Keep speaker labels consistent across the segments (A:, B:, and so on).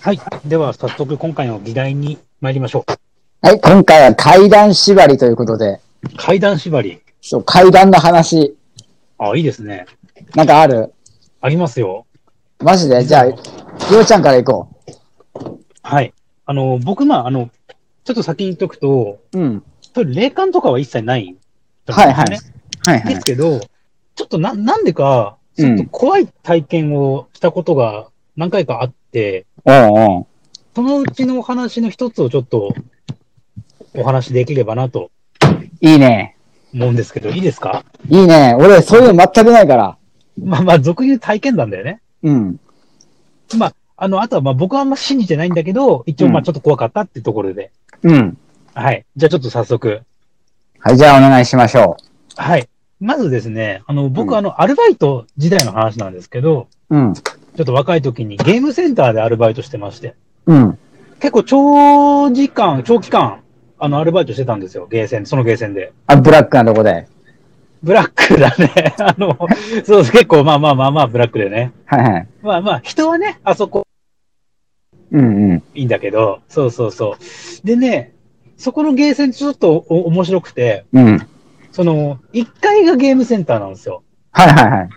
A: はい。では、早速、今回の議題に参りましょう。
B: はい、今回は階段縛りということで、
A: 階段縛り。
B: そう、階段の話、
A: あ、いいですね。
B: なんかある
A: ありますよ。
B: マジでじゃあ、りょうちゃんから行こ
A: はい。あの、僕、まあ、あの、ちょっと先に言っとくと、
B: う。うん。
A: それ霊感とかは一切ない、
B: はいはい。はいは
A: です
B: い。
A: けど、ちょっとな、なんでか、ちょっと怖い体験をしたことが何回かあって、
B: おうおう。
A: そのうちのお話の一つをちょっとお話できればなと
B: いいね。
A: 思うんですけど、いいですか
B: いいね。俺、そういうの全くないから。
A: まあまあ、俗に言う体験談だよね。
B: うん。
A: まあ、あの、あとはまあ僕はあんま信じてないんだけど、一応ま
B: う
A: あ
B: ん
A: ちょっと怖かったってところで。
B: うん。
A: はい。じゃあちょっと早速。
B: はい、じゃあお願いしましょ
A: はい。まずですね、あの、
B: う
A: 僕
B: ん
A: あの、アルバイト時代の話なんですけど、
B: う。うん。
A: ちょっと若い時にゲームセンターでアルバイトしてまして、
B: うん。
A: 結構長時間、長期間、あの、アルバイトしてたんですよ。ゲーセン、そのゲーセンで。
B: あ、ブラックなとこで。
A: ブラックだね。 あの、そう、結構まあまあまあまあ、ブラックでね。
B: はいはい。
A: まあまあ、人はね、あそこ
B: うんうん。
A: いいんだけど、そうそうそう。でね、そこのゲーセンちょっとお面白くて、
B: うん。
A: その、1階がゲームセンターなんですよ。
B: はいはいはい。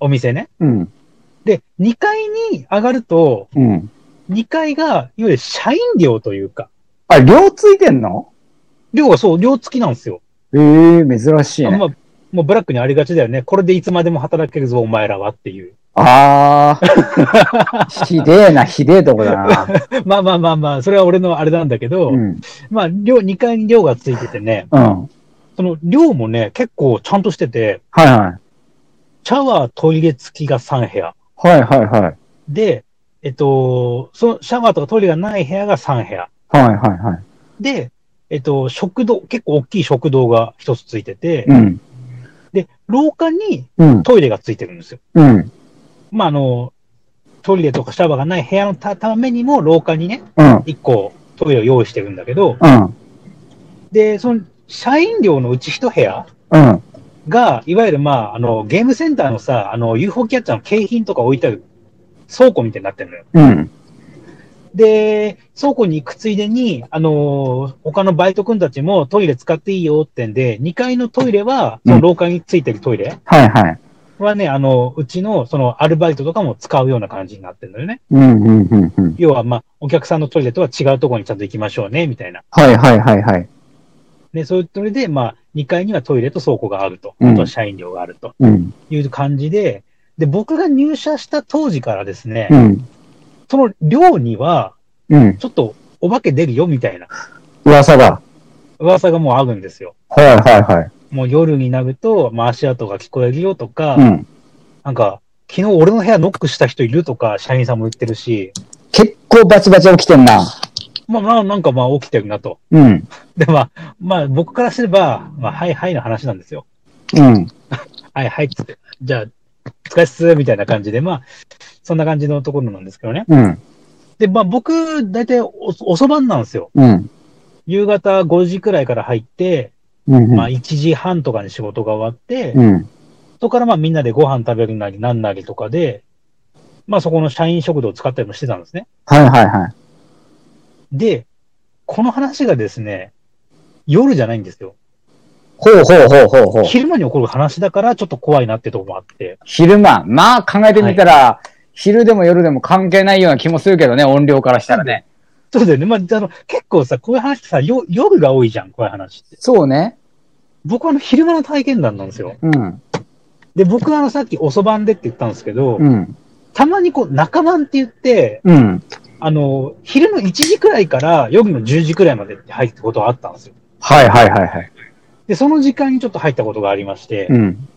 A: お店ね。
B: うん。
A: で、2階に上がると、
B: うん。
A: 2階が、いわゆる社員寮というか、
B: あ、両ついてんの
A: 寮がそう、寮付きなんですよ。
B: ええ珍しい
A: あん
B: ね。
A: ま、もうブラックにありがちだよね。これでいつまでも働けるぞ、お前らはっていう。
B: あ ー。ひでえな、ひでえとこだな。
A: まあまあまあまあ、それは俺のあれなんだけど、
B: うん。
A: まあ、寮、2階に寮が付いててね、
B: うん。
A: その寮もね、結構ちゃんとしてて、
B: はいはい。
A: シャワー、トイレ付きが3部屋。
B: はいはいはい。
A: で、えっと、そのシャワーとかトイレがない部屋が3部屋。
B: はいはいはい。
A: で、えっと、食堂、結構大きい食堂が一つついてて、
B: うん。
A: で、廊下に
B: うん。
A: トイレがついてるんですよ。
B: うん。
A: まあ、あの、トイレとかシャワーがない部屋のたためにも廊下にね、
B: うん。
A: 一個トイレを用意してるんだけど、
B: うん。
A: で、その、社員寮のうち一部屋
B: うん。
A: が、いわゆるまあ、あの、ゲームセンターのさ、あの、UFO キャッチャーの景品とか置いてある倉庫みたいになってるのよ。
B: うん。
A: で、倉庫に行くついでに、あのー他のバイト君たちもトイレ使っていいよってんで、2階のトイレは、
B: うん
A: その廊下についてるトイレ
B: はいはい。
A: はね、あの、うちの、そのアルバイトとかも使うような感じになってるのよね。
B: うん。うん。うん。うん。
A: 要は、まあ、お客さんのトイレとは違うところにちゃんと行きましょうね、みたいな。
B: はいはいはいはい。
A: で、それそれで、まあ、2階にはトイレと倉庫があると。
B: うん
A: あとは社員寮があると
B: うん。
A: いう感じで、で、僕が入社した当時からですね
B: う、ん。
A: その寮には、
B: うん。
A: ちょっとお化け出るよ、みたいな
B: 噂だ。
A: 噂がもうあるんですよ。
B: はいはいはい。
A: もう夜になると、まあ、足跡が聞こえるよとか、
B: うん。
A: なんか、昨日俺の部屋ノックした人いるとか、社員さんも言ってるし、
B: 結構バチバチ起きてんな。
A: まあまあ、なんかまあ起きてるなと。
B: うん。
A: で、まあ、まあ僕からすれば、まあ、はいはいの話なんですよ。
B: うん。
A: はいはいっつって、じゃあ、お疲れっす、みたいな感じで、まあ、そんな感じのところなんですけどね。
B: うん。
A: で、まあ僕、大体お、遅番なんですよ。
B: うん。
A: 夕方5時くらいから入って、
B: うん。
A: まあ1時半とかに仕事が終わって、
B: うん。
A: そこからまあみんなでご飯食べるなりなんなりとかで、まあそこの社員食堂を使ったりもしてたんですね。
B: はいはいはい。
A: で、この話がですね、夜じゃないんですよ。
B: ほうほうほうほうほう。
A: 昼間に起こる話だからちょっと怖いなってとこもあって。
B: 昼間。まあ考えてみたら、昼でも夜でも関係ないような気もするけどね、音量からしたらね。
A: そうだよね。まあ、あの、結構さ、こういう話ってさ、よ夜が多いじゃん、こういう話って。
B: そうね。
A: 僕はあの、昼間の体験談なんですよ。
B: うん。
A: で、僕はあの、さっき遅番でって言ったんですけど、
B: うん。
A: たまにこう、中番って言って、
B: うん。
A: あの、昼の1時くらいから夜の10時くらいまでって入ったことがあったんですよ。
B: はいはいはいはい。
A: で、その時間にちょっと入ったことがありまして、
B: うん。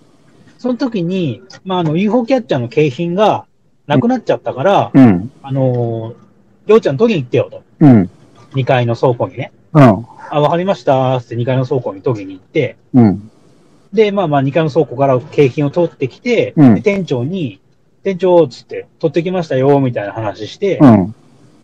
A: その時に、まあ、あの、UFO キャッチャーの景品がなくなっちゃったから、
B: うん。
A: あのー、りょうちゃん取りに行ってよと。
B: うん。
A: 2階の倉庫にね。
B: うん。
A: あ、わかりましたーっつって2階の倉庫に取りに行って、
B: うん。
A: で、まあまあ2階の倉庫から景品を取ってきて、
B: うん
A: で店長に、店長っつって、取ってきましたよーみたいな話して、
B: うん。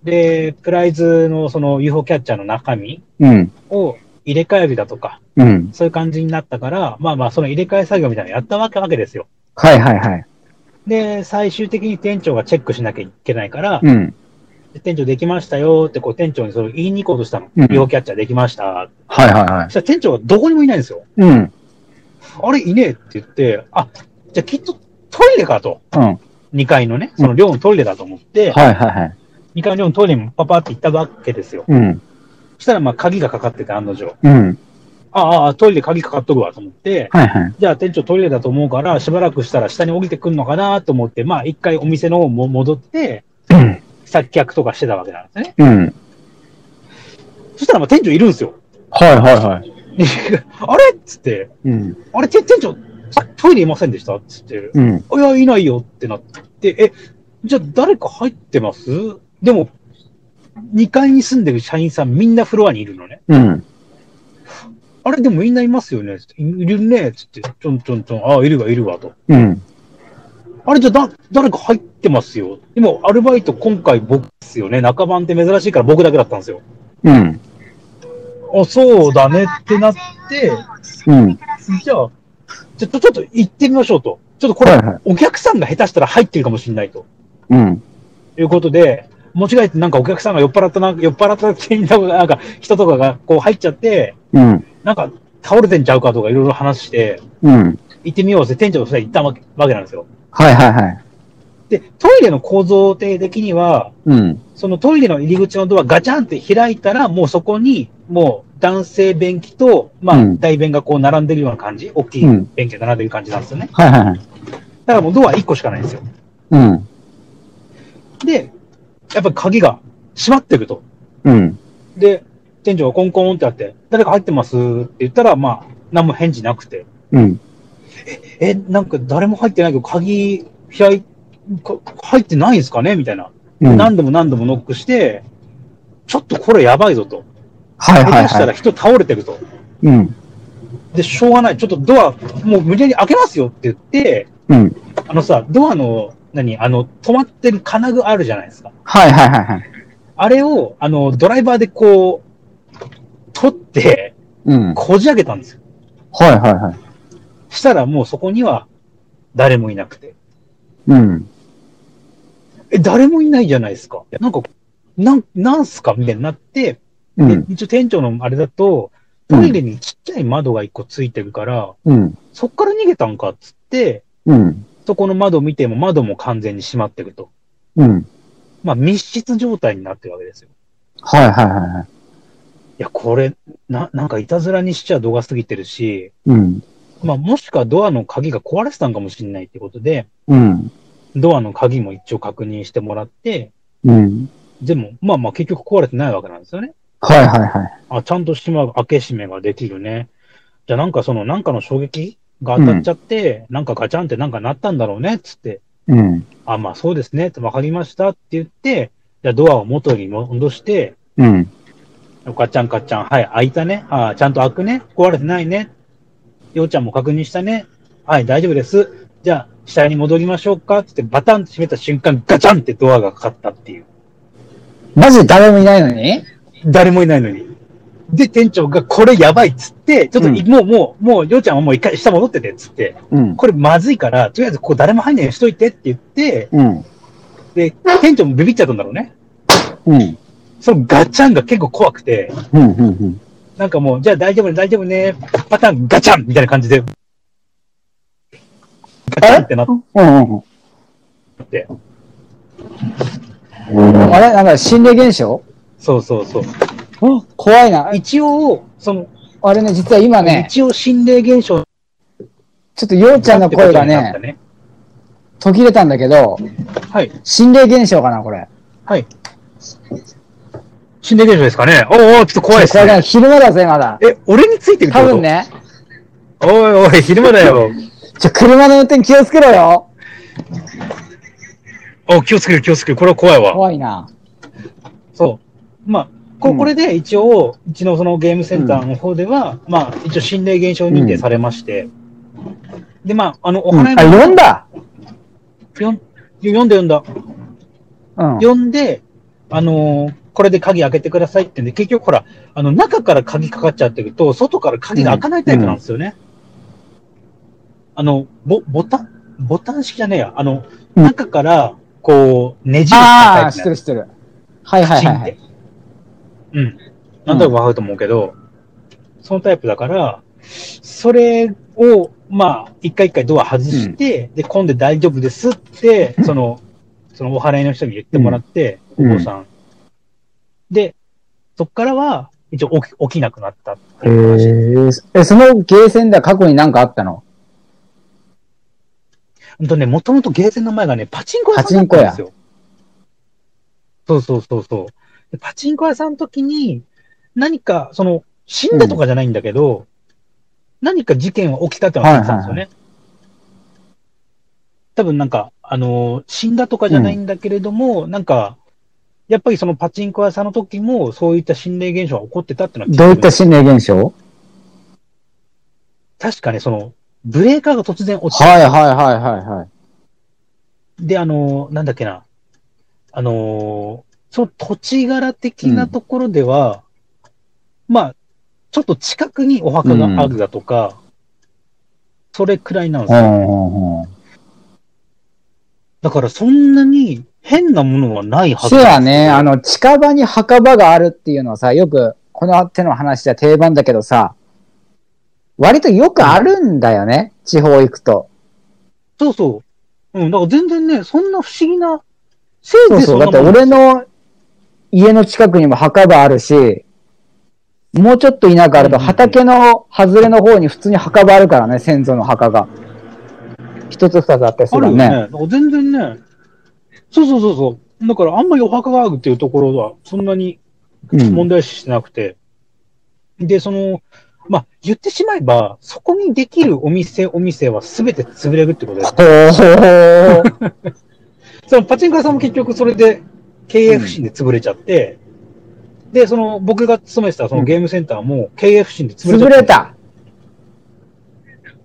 A: で、プライズのその UFO キャッチャーの中身
B: うん。
A: を入れ替えるだとか、
B: うん。
A: そういう感じになったから、まあまあその入れ替え作業みたいなのやったわけわけですよ。
B: はいはいはい。
A: で、最終的に店長がチェックしなきゃいけないから、
B: うん。
A: 店長できましたよって、こう店長にそれを言いに行こうとしたの。
B: うん
A: 両キャッチャーできました。
B: はいはいは
A: そしたら店長がどこにもいないんですよ。
B: い。うん。
A: あれ、いねえって言って、あ、じゃあきっとトイレかと。
B: うん。はい
A: 2階のね、その寮のトイレだと思って、
B: はいはい。
A: 2階の寮のトイレにもパパって行ったわけですよ。
B: うん。
A: そしたらまあ鍵がかかってて案の定。
B: うん。
A: ああああ、トイレ鍵かかっとくわと思って、
B: はいはい。
A: じゃあ店長トイレだと思うから、しばらくしたら下に降りてくんのかなと思って、まあ一回お店の方も戻って、
B: うん。
A: 接客とかしてたわけなんですね。
B: うん。
A: そしたらまあ店長いるんですよ。
B: はいはいはい。
A: であれっつって、
B: うん。
A: あれ、て店長、さトイレいませんでしたっつって、
B: うん。
A: いや、いないよってなって、え、じゃあ誰か入ってますでも、2階に住んでる社員さんみんなフロアにいるのね。
B: うん。
A: あれ、でもみんないますよねつっていいるねっつって、ちょんちょんちょん、ああ、いるわ、いるわと。
B: うん。
A: あれじゃだ、誰か入ってますよ。でも、アルバイト今回僕ですよね。中番って珍しいから僕だけだったんですよ。
B: うん。
A: あ、そうだねってなって、
B: う
A: じ
B: ん。
A: ゃあ、ちょっと、ちょっと行ってみましょうと。ちょっとこれ、
B: はいはい
A: お客さんが下手したら入ってるかもしれないと
B: うん。
A: いうことで、間違えてなんかお客さんが酔っ払ったな、酔っ払った店員とか、なんか人とかがこう入っちゃって、
B: うん。
A: なんか倒れてんちゃうかとかいろいろ話して、
B: うん。
A: 行ってみようぜ。店長と二人行ったわけわけなんですよ。
B: はいはいはい。
A: で、トイレの構造体的には、
B: うん。
A: そのトイレの入り口のドアガチャンって開いたら、もうそこに、もう男性便器と、ま
B: う
A: あ、
B: ん
A: 大便がこう並んでるような感じ、大きい
B: うん
A: 便器が並んでる感じなんですよね。
B: はいはいはい。
A: だからもうドア1個しかないんですよ。
B: うん。
A: で、やっぱり鍵が閉まってると。
B: うん。
A: で、店長がコンコンってあって、誰か入ってますって言ったら、まあ、何も返事なくて。
B: うん。
A: え、なんか誰も入ってないけど、鍵開い、か入ってないんですかねみたいな。
B: うん。はい
A: 何度も何度もノックして、ちょっとこれやばいぞと。
B: はい
A: 下手したら
B: は
A: 人倒れてると。
B: い。うん。
A: で、しょうがない。ちょっとドア、もう無理やり開けますよって言って、
B: うん。
A: あのさ、ドアの、何、あの、止まってる金具あるじゃないですか。
B: はいはいはいはい。
A: あれを、あの、ドライバーでこう、取って、
B: うん。
A: こじ開けたんですよ。
B: はいはいはい。
A: したらもうそこには、誰もいなくて。
B: うん。
A: え、誰もいないじゃないですか。なんか、なん、なんすかみたいになって、
B: う
A: で
B: ん。
A: 一応店長のあれだと、トイレにちっちゃい窓が一個ついてるから、
B: うん。
A: そっから逃げたんかっつって、
B: うん。
A: そこの窓見ても窓も完全に閉まってると。
B: うん。
A: まあ密室状態になってるわけですよ。
B: はいはいはいはい。
A: いや、これ、な、なんかいたずらにしちゃ度が過ぎてるし、
B: うん。
A: まあもしくはドアの鍵が壊れてたんかもしれないってことで、
B: うん。
A: ドアの鍵も一応確認してもらって、
B: うん。
A: でも、まあまあ結局壊れてないわけなんですよね。
B: はいはいはい。
A: あ、ちゃんと閉ま、開け閉めができるね。じゃあなんかその、なんかの衝撃が当たっちゃって、なんかガチャンってなんかなったんだろうね、つって。
B: うん。
A: あ、まあそうですね、ってわかりましたって言って、じゃあドアを元に戻して、
B: うん。
A: ガチャンガチャン、はい、開いたね。あーちゃんと開くね。壊れてないね。ようちゃんも確認したね。はい、大丈夫です。じゃあ、下に戻りましょうか。つってバタンと閉めた瞬間、ガチャンってドアがかかったっていう。
B: マジで誰もいないのに
A: 誰もいないのに。で、店長が、これやばいっつって、ちょっとい、
B: う
A: もう、もう、もう、りょうちゃんはもう一回下戻っててっつって、
B: うん。
A: これまずいから、とりあえずここ誰も入んないようにしといてって言って、
B: うん。
A: で、店長もビビっちゃったんだろうね。
B: うん。
A: そのガチャンが結構怖くて、
B: うん。うん。
A: なんかもう、じゃあ大丈夫ね、大丈夫ね、パターンガチャンみたいな感じで、ガチャンってなっ
B: うん。
A: て、
B: あれなんか心霊現象
A: そうそうそう。
B: 怖いな。
A: 一応、その、
B: あれね、実は今ね、
A: 一応心霊現象
B: ちょっとようちゃんの声が
A: なった
B: ね、
A: ね。
B: 途切れたんだけど、
A: はい、
B: 心霊現象かな、これ。
A: はい。心霊現象ですかねおーおーちょっと怖いです
B: これ
A: ね
B: ね、。昼間だぜ、まだ。
A: え、俺についてるってこ
B: 多
A: と
B: 分。ね。
A: おいおい、昼間だよ。
B: ちょ、車の運転気をつけろよ。
A: お、気をつける気をつける。これは怖いわ。
B: 怖いな。
A: そう。まあ、こ
B: うん
A: これで一応、うちのそのゲームセンターの方では、まあ、一応心霊現象認定されまして、で、まあ、あの、お
B: うん、
A: 花
B: あ、
A: 嫁さん
B: 読んだ
A: よん読んだ読んだ。
B: うん。
A: 読んで、あのーこれで鍵開けてくださいってんで、結局ほら、あの、中から鍵かかっちゃってると、外から鍵が開かないタイプなんですよね。あの、ぼ、ボタン、ボタン式じゃねえや。あの、
B: うん
A: 中から、こう、ねじるタ
B: ああ、
A: イ
B: 知
A: プ
B: っ
A: のや
B: てる
A: つ
B: 知ってる。はい
A: カ
B: はい
A: チン
B: はい
A: っ
B: はい
A: て。。うん。なんとなくわかると思うけど、そのタイプだから、それを、まあ、一回一回ドア外して、で、混んで大丈夫ですって、その、そのお払いの人に言ってもらって、
B: うん
A: お父さん。で、そっからは、一応起き起きなくなったって
B: へ
A: いう話。
B: え、えそのゲーセンでは過去に何かあったの
A: ほんとね、もともとゲーセンの前がね、パチンコ屋さんだったんですよ。そうそうそうそうで。パチンコ屋さんの時に、何か、その、死んだとかじゃないんだけど、何か事件は起きたってのは聞いてたんですよね。
B: は
A: 多分なんか、あのー死んだとかじゃないんだけれども、なんか、やっぱりそのパチンコ屋さんの時も、そういった心霊現象が起こってたってのは聞いて
B: どういった
A: た
B: 心霊現象
A: 確かね、その、ブレーカーが突然落ちて
B: はいはいはいはいはい。
A: で、あの、なんだっけな。あの、その土地柄的なところでは、まあ、ちょっと近くにお墓があるだとか、それくらいなんです
B: う
A: よ。
B: んうんうん。
A: だからそんなに変なものはないはず
B: せ
A: な
B: や
A: んですけ
B: ね、
A: ど
B: あ、の、近場に墓場があるっていうのはさ、よく、この手の話じゃ定番だけどさ、割とよくあるんだよね、地方行くと。
A: そうそう。うん、だから全然ね、そんな不思議な、せい
B: そ
A: ぜ
B: う
A: い
B: そ
A: そん
B: う。
A: な
B: だって
A: もん
B: 俺の家の近くにも墓場あるし、もうちょっと田舎あると
A: うんうんうん
B: 畑の外れの方に普通に墓場あるからね、先祖の墓が。一つ二つあったりす
A: あ
B: る
A: る
B: か
A: よ
B: ら
A: ね。
B: ね。
A: だから全然ね、そうそうそうそう。だからあんまりお墓があるっていうところは、そんなに
B: うん
A: 問題視しなくて。で、その、まあ、言ってしまえば、そこにできるお店、お店は全て潰れるってことです。
B: ほー。
A: そのパチンコ屋さんも結局それで経営不振で潰れちゃって、で、その僕が勤めてたそのゲームセンターも経営不振で潰れちゃ
B: 潰
A: った。
B: れた。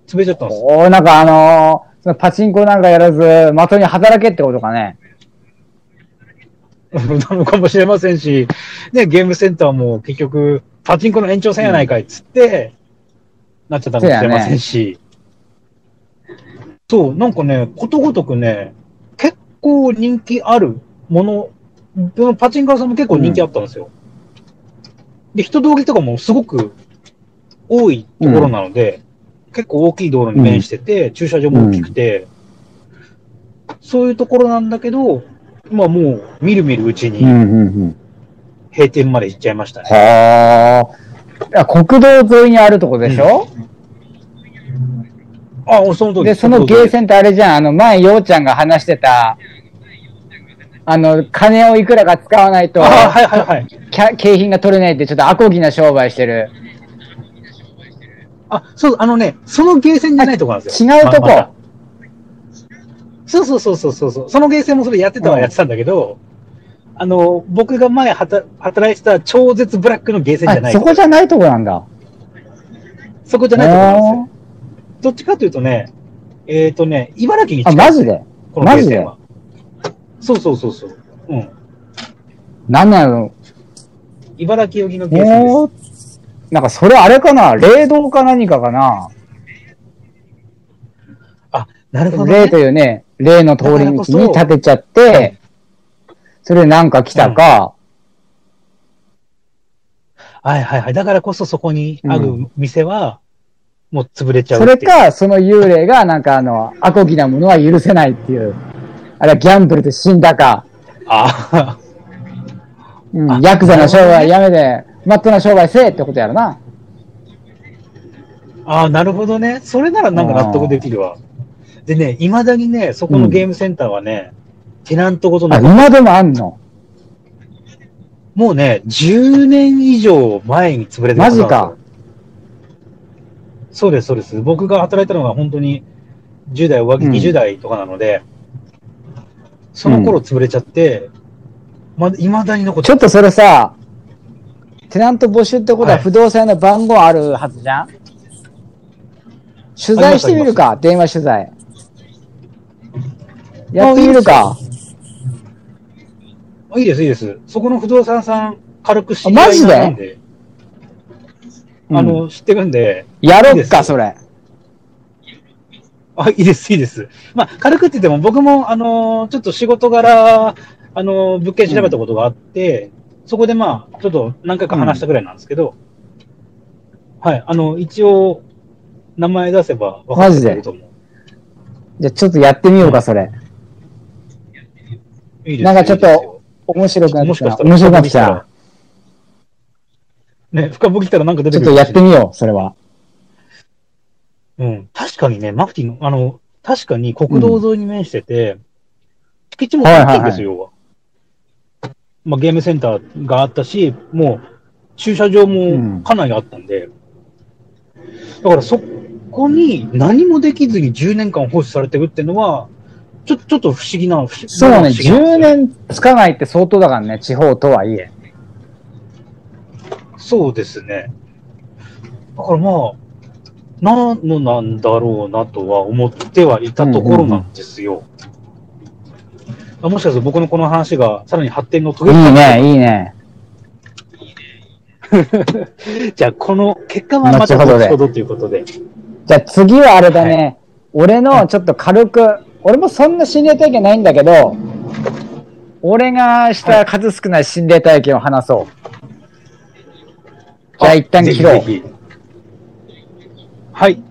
A: 潰れちゃったんです。
B: おー、なんかあのー、そのパチンコなんかやらず、まとに働けってことかね。
A: なのかもしれませんし、ね、ゲームセンターも結局、パチンコの延長線やないかいっつって、なっちゃったかもしれませんし。そう、なんかね、ことごとくね、結構人気あるもの、そのパチンコ屋さんも結構人気あったんですよ。で、人通りとかもすごく多いところなので、結構大きい道路に面してて、駐車場も大きくて、そういうところなんだけど、まあもう、みるみるうちに
B: んうん。
A: 閉店まで行っちゃいましたね。
B: はーいや。国道沿いにあるとこでしょ、
A: あ、その通り
B: で、そのゲーセンってあれじゃん、あの、前、ようちゃんが話してた、あの、金をいくらか使わないと、
A: あ、はいはいはい。
B: きゃ景品が取れないって、ちょっとアコギな商売してる。
A: あ、そう、あのね、そのゲーセンじゃないとこなんです
B: 違
A: よ。
B: うと
A: ま
B: こ。
A: またそうそうそうそうそうそう。そのゲーセンもそれやってたはやってたんだけど、あの、僕が前はた働いてた超絶ブラックのゲーセンじゃな
B: あ、
A: い。
B: そこじゃないとこなんだ。
A: そこじゃないとこなんですよ。どっちかというとね、えっ、とね、茨城に
B: あ、
A: 近い。
B: マジで
A: このゲーセンは。そうそうそうそう。うん。
B: なんなの
A: 茨城寄りのゲーセンです
B: お。ーなんかそれあれかな霊道か何かかな
A: あ、なるほど、ね。
B: 霊というね、霊の通り道に立てちゃって、それでなんか来たか、
A: はいはいはい。だからこそそこにある店は、もう潰れちゃう
B: それ
A: っていう
B: か、その幽霊がなんかあの、アコギなものは許せないっていう。あれはギャンブルで死んだか、
A: あ
B: うん
A: あ
B: ヤクザの商売
A: な
B: やめて、マットな商売せえってことやろな。
A: ーあー、なるほどね。それならなんか納得できるわ。でね、いまだにね、そこのゲームセンターはね、テナントごと
B: あ、
A: なく、
B: 今でもあんの
A: もうね、10年以上前に潰れて
B: マジか。。
A: そうです、そうです。僕が働いたのが本当に10代、上着
B: うん
A: 20代とかなので、その頃潰れちゃって、ま、いまだに残っ
B: ちょっとそれさ、テナント募集ってこと
A: は
B: はい不動産屋の番号あるはずじゃん、取材してみるか、電話取材。やってみるか。
A: あいいです、いいです。そこの不動産さん、軽く知り
B: あ
A: 合
B: マ
A: い
B: ジで
A: なんで、あ
B: うん
A: の、知ってるんで、
B: やろ
A: いい
B: っ
A: ですよ
B: か、それ。
A: あ、いいです、いいです。まあ、軽くって言っても、僕も、あのーちょっと仕事柄、あの、物件調べたことがあって、そこでまあ、ちょっと何回か話したぐらいなんですけど、はい、あの、一応、名前出せば分かってくれると思う。
B: じゃあちょっとやってみようか、それ。
A: いいですよ
B: なんかちょっと
A: いいですよ
B: 面白くなって
A: も
B: き。
A: しかしたたら。
B: 面白くなってき
A: 深
B: た
A: 掘。りしたらね、深掘りしたらなんか出
B: ち
A: て
B: ょっ
A: くるか
B: と
A: もし
B: や
A: れ
B: って
A: ない。
B: みよう、それは。
A: うん。確かにね、マフティン、あの、確かに国道沿いに面してて、敷地も大きいんですよ、要はまあ、ゲームセンターがあったし、もう、駐車場
B: うん
A: もかなりあったんで、だからそこに何もできずに10年間放置されてるっていうのは、ちょっと、ちょっと不思議な、不思
B: そう
A: 不思議な
B: ね、
A: んですよ
B: 10年つかないって相当だからね、地方とはいえ。
A: そうですね。だからまあ、何のなんだろうなとは思ってはいたところなんですよ。あもしかすると僕のこの話がさらに発展の
B: い
A: 途
B: いね、いいね。
A: じゃあこの結果はまた
B: 後ほどで
A: 後ほどということで。
B: じゃあ次はあれだね、
A: は
B: 俺のちょっと軽く、俺もそんな心霊体験ないんだけど、俺がした数少ない心霊体験を話そう。じゃあ一旦切ろう
A: ぜひぜひはい。